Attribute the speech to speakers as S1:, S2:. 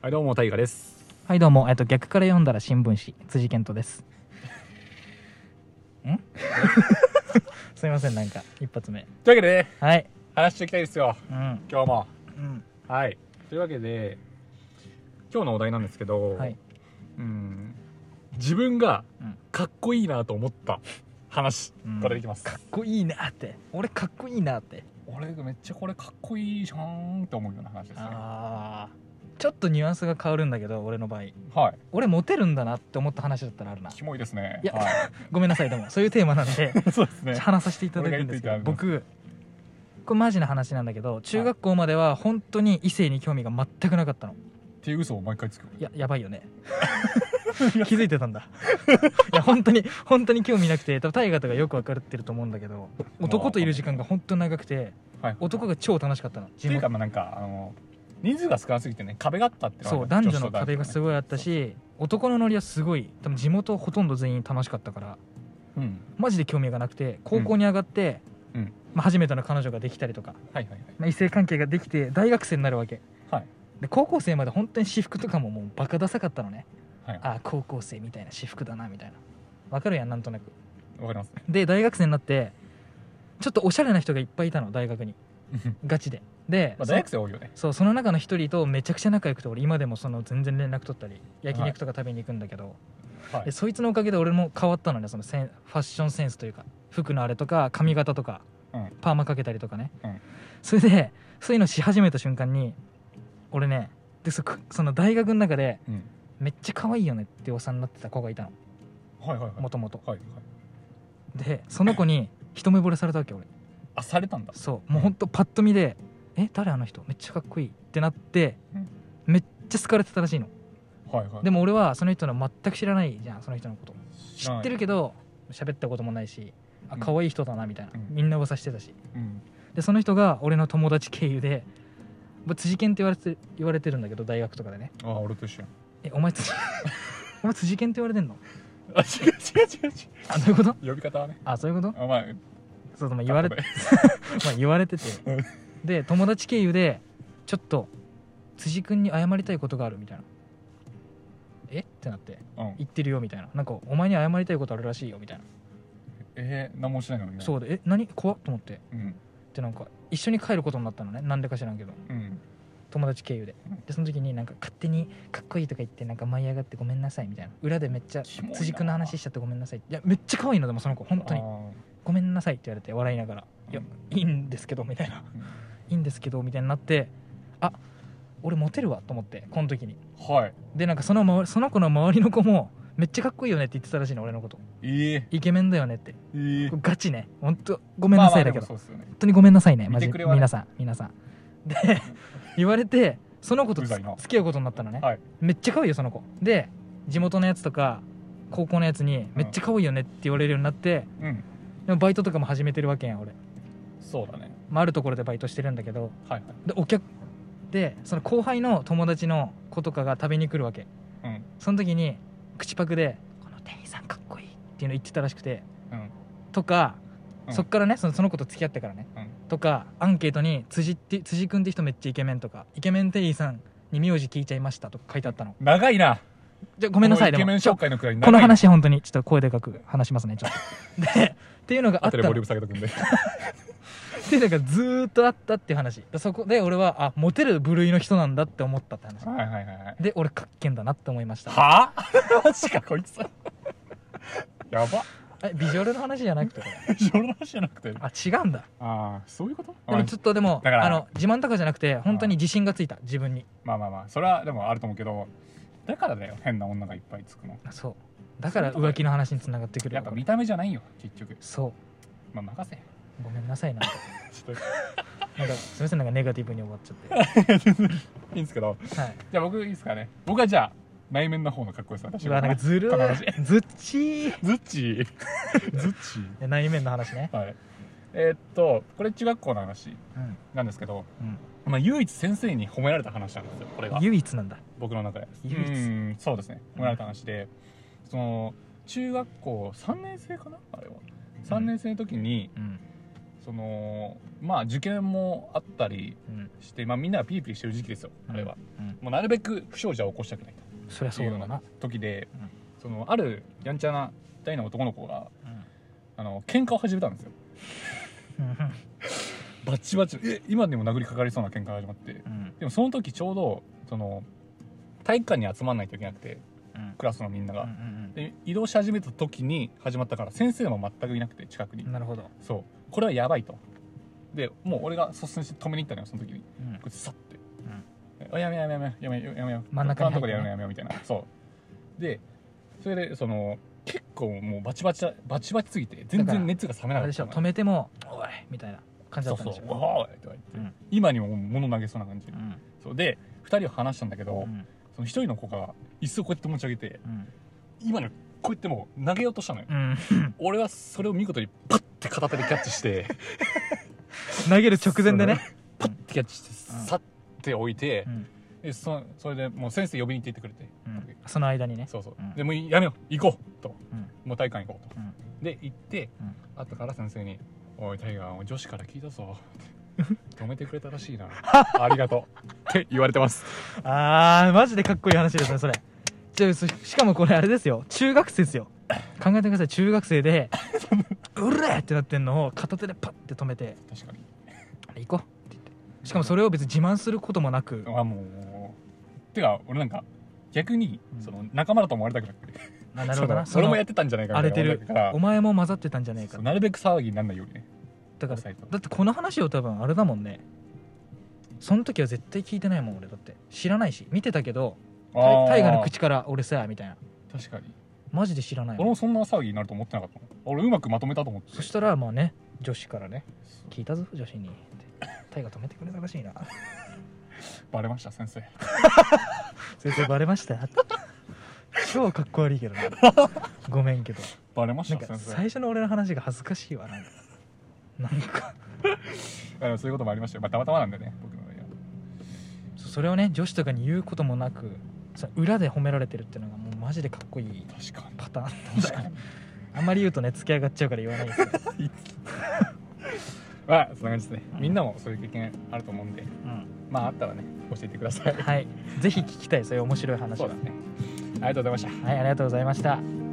S1: はいどうも大河です
S2: はいどうも、えっと、逆から読んだら新聞紙辻健人ですん すいませんなんか一発目
S1: というわけでね
S2: はい
S1: 話していきたいですよ
S2: うん
S1: 今日も
S2: うん
S1: はいというわけで今日のお題なんですけど、
S2: はい
S1: うん自分が
S2: うん
S1: かっこいいなと思った話
S2: うん
S1: からいきます、
S2: かっこいいなって俺かっこいいなって
S1: 俺がめっちゃこれかっこいいじゃんって思うような話ですね
S2: あーちょっとニュアンスが変わるんだけど俺の場合
S1: はい
S2: 俺モテるんだなって思った話だったらあるな
S1: キモいですね
S2: いや
S1: は
S2: ごめんなさいでもそういうテーマなんで
S1: い、そうです ね
S2: 話させていただくんですけど
S1: 俺が言っ
S2: 僕これマジな話なんだけど中学校までは本当に異性に興味が全くなかったの
S1: っていう嘘を毎回つく
S2: いややばいよね 気づいてたんだいや本当に本当に興味なくて多分大河とかよく分かってると思うんだけど男といる時間が本当長くて
S1: はい
S2: 男が超楽しかったの
S1: っていうかまあなんかあの人数が少なすぎてね壁があったっていうの
S2: そう
S1: がある
S2: 男女の壁が
S1: 女子と男女の
S2: す
S1: ね
S2: ごいあったし男のノリはすごい多分地元ほとんど全員楽しかったから
S1: うん
S2: マジで興味がなくて高校に上がって、
S1: うんうん
S2: まあ、初めての彼女ができたりとか、
S1: はいはいはい
S2: まあ、異性関係ができて大学生になるわけ、
S1: はい
S2: で高校生まで本当に私服とかももうバカダサかったのね
S1: はい
S2: ああ高校生みたいな私服だなみたいなわかるやんなんとなく
S1: わか ります
S2: で大学生になってちょっとおしゃれな人がいっぱいいたの大学にガチでで、
S1: まあ
S2: その
S1: 大学生多いよね
S2: そうその中の一人とめちゃくちゃ仲良くて俺今でもその全然連絡取ったり焼肉とか食べに行くんだけど、
S1: はい
S2: でそいつのおかげで俺も変わったのねそのセンファッションセンスというか服のあれとか髪型とか、
S1: うん
S2: パーマかけたりとかね、
S1: うん
S2: それでそういうのし始めた瞬間に俺ねでそくその大学の中で
S1: うん
S2: めっちゃ可愛いよねっておさんになってた子がいたの
S1: はいはいはい
S2: もともと
S1: はいはい
S2: でその子に一目惚れされたわけ俺
S1: あされたんだ
S2: そうもうほんとパッと見で「え誰あの人めっちゃかっこいい」ってなって
S1: うん
S2: めっちゃ好かれてたらしいの
S1: はいはい
S2: でも俺はその人の全く知らないじゃんその人のこと知ってる
S1: け
S2: けど喋ったこともないしあ
S1: うん
S2: 可愛い人だなみたいな、
S1: うん
S2: みんな噂してたし
S1: ど、うん、
S2: でその人が俺の友達経由で僕辻健って言われて言われてるんだけど大学とかでね
S1: ああ俺と一緒やん
S2: 「えお前辻 お前辻健って言われてんの
S1: あ違う違う違う
S2: あどういうこと
S1: 違う呼び方はね
S2: あそういうこと
S1: あまあ
S2: そうでも言われ
S1: あごめん
S2: まあ言われてて
S1: うん
S2: で友達経由でちょっと辻君に謝りたいことがあるみたいなえってなって
S1: うん
S2: 言ってるよみたいななんかお前に謝りたいことあるらしいよみたいな
S1: えー、何もしないのにね
S2: そううでえ何怖っと思って
S1: うん
S2: でなんか一緒に帰ることになったのねなんでか知らんけど
S1: うん
S2: 友達経由で
S1: うん
S2: でその時になんか勝手にかっこいいとか言ってなんか舞い上がってごめんなさいみたいな裏でめっちゃ
S1: キモいな
S2: 辻君の話しちゃってごめんなさいいやめっちゃ可愛いのでもその子本当に
S1: あー
S2: ごめんなさいって言われて笑いながら「いやいいんですけど」みたいな「いいんですけど」みたいになってあ俺モテるわと思ってこの時に
S1: うんはい
S2: でなんかその周りその子の周りの子もめっちゃかっこいいよねって言ってたらしいの俺のこと
S1: ええ
S2: イケメンだよねって
S1: ええ
S2: これガチね本当ごめんなさいだけ
S1: まあまあでも
S2: ど、
S1: そうっすよね
S2: 本当にごめんなさいねマジ
S1: 見てくれはね
S2: 皆さん皆さんで 言われてその子と
S1: う
S2: つ
S1: ざいな
S2: 付き合うことになったのね、
S1: はい
S2: めっちゃ可愛いよその子で地元のやつとか高校のやつにめっちゃ可愛いよねって言われるようになって、
S1: うん
S2: でもバイトとかも始めてるわけやん俺、
S1: そうだね
S2: まあ、あるところでバイトしてるんだけど
S1: はいはい
S2: でお客でその後輩の友達の子とかが食べに来るわけ
S1: うん
S2: その時に口パクで「この店員さんかっこいい」っていうの言ってたらしくて
S1: うん
S2: とか、
S1: うん
S2: そっからねそのその子と付き合ってからね、
S1: うん
S2: とかアンケートに辻って「辻君って人めっちゃイケメン」とか「イケメン店員さんに名字聞いちゃいました」とか書いてあったの
S1: 長いな
S2: じゃあご
S1: ご
S2: めんなさい
S1: イ
S2: で
S1: ケ
S2: も
S1: メン
S2: ちょ
S1: 紹介のくらい長い
S2: この話本当にちょっと声でかく話しますねちょっと でっていうのがあ
S1: あ
S2: ったた
S1: り
S2: の
S1: ボ
S2: っ
S1: リューム下げと くんで
S2: ていうのがずーっとあったっていう話でそこで俺はあモテる部類の人なんだって思ったって話
S1: はいはいはいはい
S2: で俺かっけんだなって思いました
S1: はあマジかこいつ やば
S2: えビジュアルの話じゃなく てこれ
S1: ジョルナじゃなくて
S2: あ違うんだ
S1: ああそういうこと
S2: でもちょっとでも
S1: だから
S2: あの自慢とかじゃなくて本当に自信がついた自分に
S1: まあまあまあそれはでもあると思うけどだからだよ変な女がいっぱいつくの
S2: そうだから浮気の話につながってくる
S1: やっぱ見た目じゃないよ結局
S2: そ
S1: まあ任せ
S2: うごめんな さいなんか
S1: ちょっ
S2: なんかすみませんなんかネガティブに終わっち ゃ
S1: と いいんですけど
S2: ってはい
S1: じゃあ僕いいですかね僕はじゃあ内面の方のかっこよさ出して
S2: う
S1: み
S2: わ
S1: よう
S2: なんか
S1: か
S2: ずる
S1: この
S2: い
S1: 話
S2: ずっちー
S1: なズッチー ズッチ
S2: で内面の話ね
S1: ーはいえーっとこれ中学校の話
S2: うん、
S1: なんですけど、
S2: うん
S1: まあ、唯一先生に褒められた話なんですよこれが
S2: 唯一なんだ
S1: 僕の中で
S2: 唯一
S1: うんそうですね褒められた話で、その中学校3年生かなあれは3年生の時に、
S2: うん
S1: そのまあ受験もあったり
S2: うん
S1: して、まあ、みんながピリピリしてる時期ですよあれは、
S2: うん
S1: もうなるべく不祥事は起こしたくない
S2: そりゃ
S1: と
S2: そ
S1: いううよ
S2: だ
S1: う
S2: わ
S1: な
S2: な、
S1: 時で、
S2: うん
S1: そのあるやんちゃな大の男の子があの喧嘩を始めたんですよバッチバチえ今でも殴りかかりそうな喧嘩が始まって
S2: うんうん
S1: でもその時ちょうどその体育館に集まらないといけなくて
S2: うん
S1: クラスのみんな
S2: う
S1: が、
S2: ん
S1: で移動し始めた時に始まったから先生も全くいなくて近くに、
S2: うんなるほど、
S1: そうこれはやばいとでもう俺が率先して止めに行ったのよその時にこ
S2: うん
S1: うやってさって「あやめやめやめやめやめやめやめ
S2: 真ん中
S1: 他の
S2: に入
S1: と
S2: っ
S1: こ
S2: てね
S1: でやるのやめよ」みたいなそうでそれでその結構もうバチバチだバチバチすぎて全
S2: だから
S1: 然熱が冷めな
S2: あれ
S1: かっ
S2: でしたょ止めても「おい!」みたいな感じだ
S1: そう
S2: ったん
S1: そ
S2: で
S1: う
S2: し
S1: 「
S2: ょ
S1: おーい!」とか
S2: う
S1: 言って
S2: ん
S1: 今にももう物投げそうな感じ
S2: うん
S1: そうで2人を話したんだけ
S2: う
S1: ど
S2: ん
S1: その1人の子が椅子をこうやって持ち上げて
S2: うん
S1: 今のこうやってもう投げようとしたのよ
S2: うん
S1: 俺はそれを見事にパッて片手でキャッチして
S2: 投げる直前でね
S1: パッてキャッチして
S2: うん
S1: 去っておいて、
S2: うん
S1: でそそれでもう先生呼びに行って行ってくれて、
S2: うんその間にね
S1: そうそう、
S2: うん
S1: でもうやめよう行こうと
S2: うん
S1: もう体育館行こうと、
S2: うん
S1: で行って
S2: うん
S1: 後から先生に「おいタイガーお女子から聞いた ぞ」止めてくれたらしいなありがとう」って言われてます
S2: あーマジでかっこいい話ですねそれじゃあそしかもこれあれですよ中学生ですよ考えてください中学 生で「うれ!」ってなってんのを片手でパッて止めて
S1: 確かに
S2: 「行こう」って言ってしかもそれを別に自慢することもなく
S1: あもうてか俺なんか逆に、
S2: うん
S1: その仲間だと思われたくなくて
S2: あなるほどな
S1: その俺もや
S2: っ
S1: ってたんじゃないか
S2: 荒れて
S1: 思わ
S2: る
S1: れから
S2: お前も混ざってたんじゃねえ
S1: そ
S2: か
S1: うなるべく騒ぎにならないようにね
S2: だから
S1: 抑えた
S2: だってこの話を多分あれだもんねその時は絶対聞いてないもん俺だって知らないし見てたけど
S1: あ
S2: タイタイガの
S1: ー
S2: 口から俺さみたいな
S1: 確かに
S2: マジで知らない
S1: 俺
S2: もん
S1: もそんな騒ぎになると思ってなかったもん俺うまくまとめたと思って
S2: そしたらまあね女子からね聞いたぞ女子にってタイガ止めてくれたらしいな
S1: バレました先生
S2: 先生バレました超かっこ悪いけどなごめんけど
S1: バレまし
S2: なん
S1: た
S2: か
S1: 先生
S2: 最初の俺の話が恥ずかしいわなんかなんか
S1: あのそういうこともありましたよ、まあ、たまたまなんでね僕の場合は
S2: そうそれをね女子とかに言うこともなくその裏で褒められてるっていうのがもうマジでかっこいい
S1: 確か
S2: パターン
S1: に
S2: だ
S1: 確
S2: よ
S1: かに
S2: あんまり言うとね付き上がっちゃうから言わ ないですけど、
S1: まあそんな感じですねみんなもそういう経験あると思うんでまああったらね教えてください
S2: はいぜひ聞きたいそういう面白い話
S1: そ
S2: は
S1: うですねありがとうございました
S2: はいありがとうございました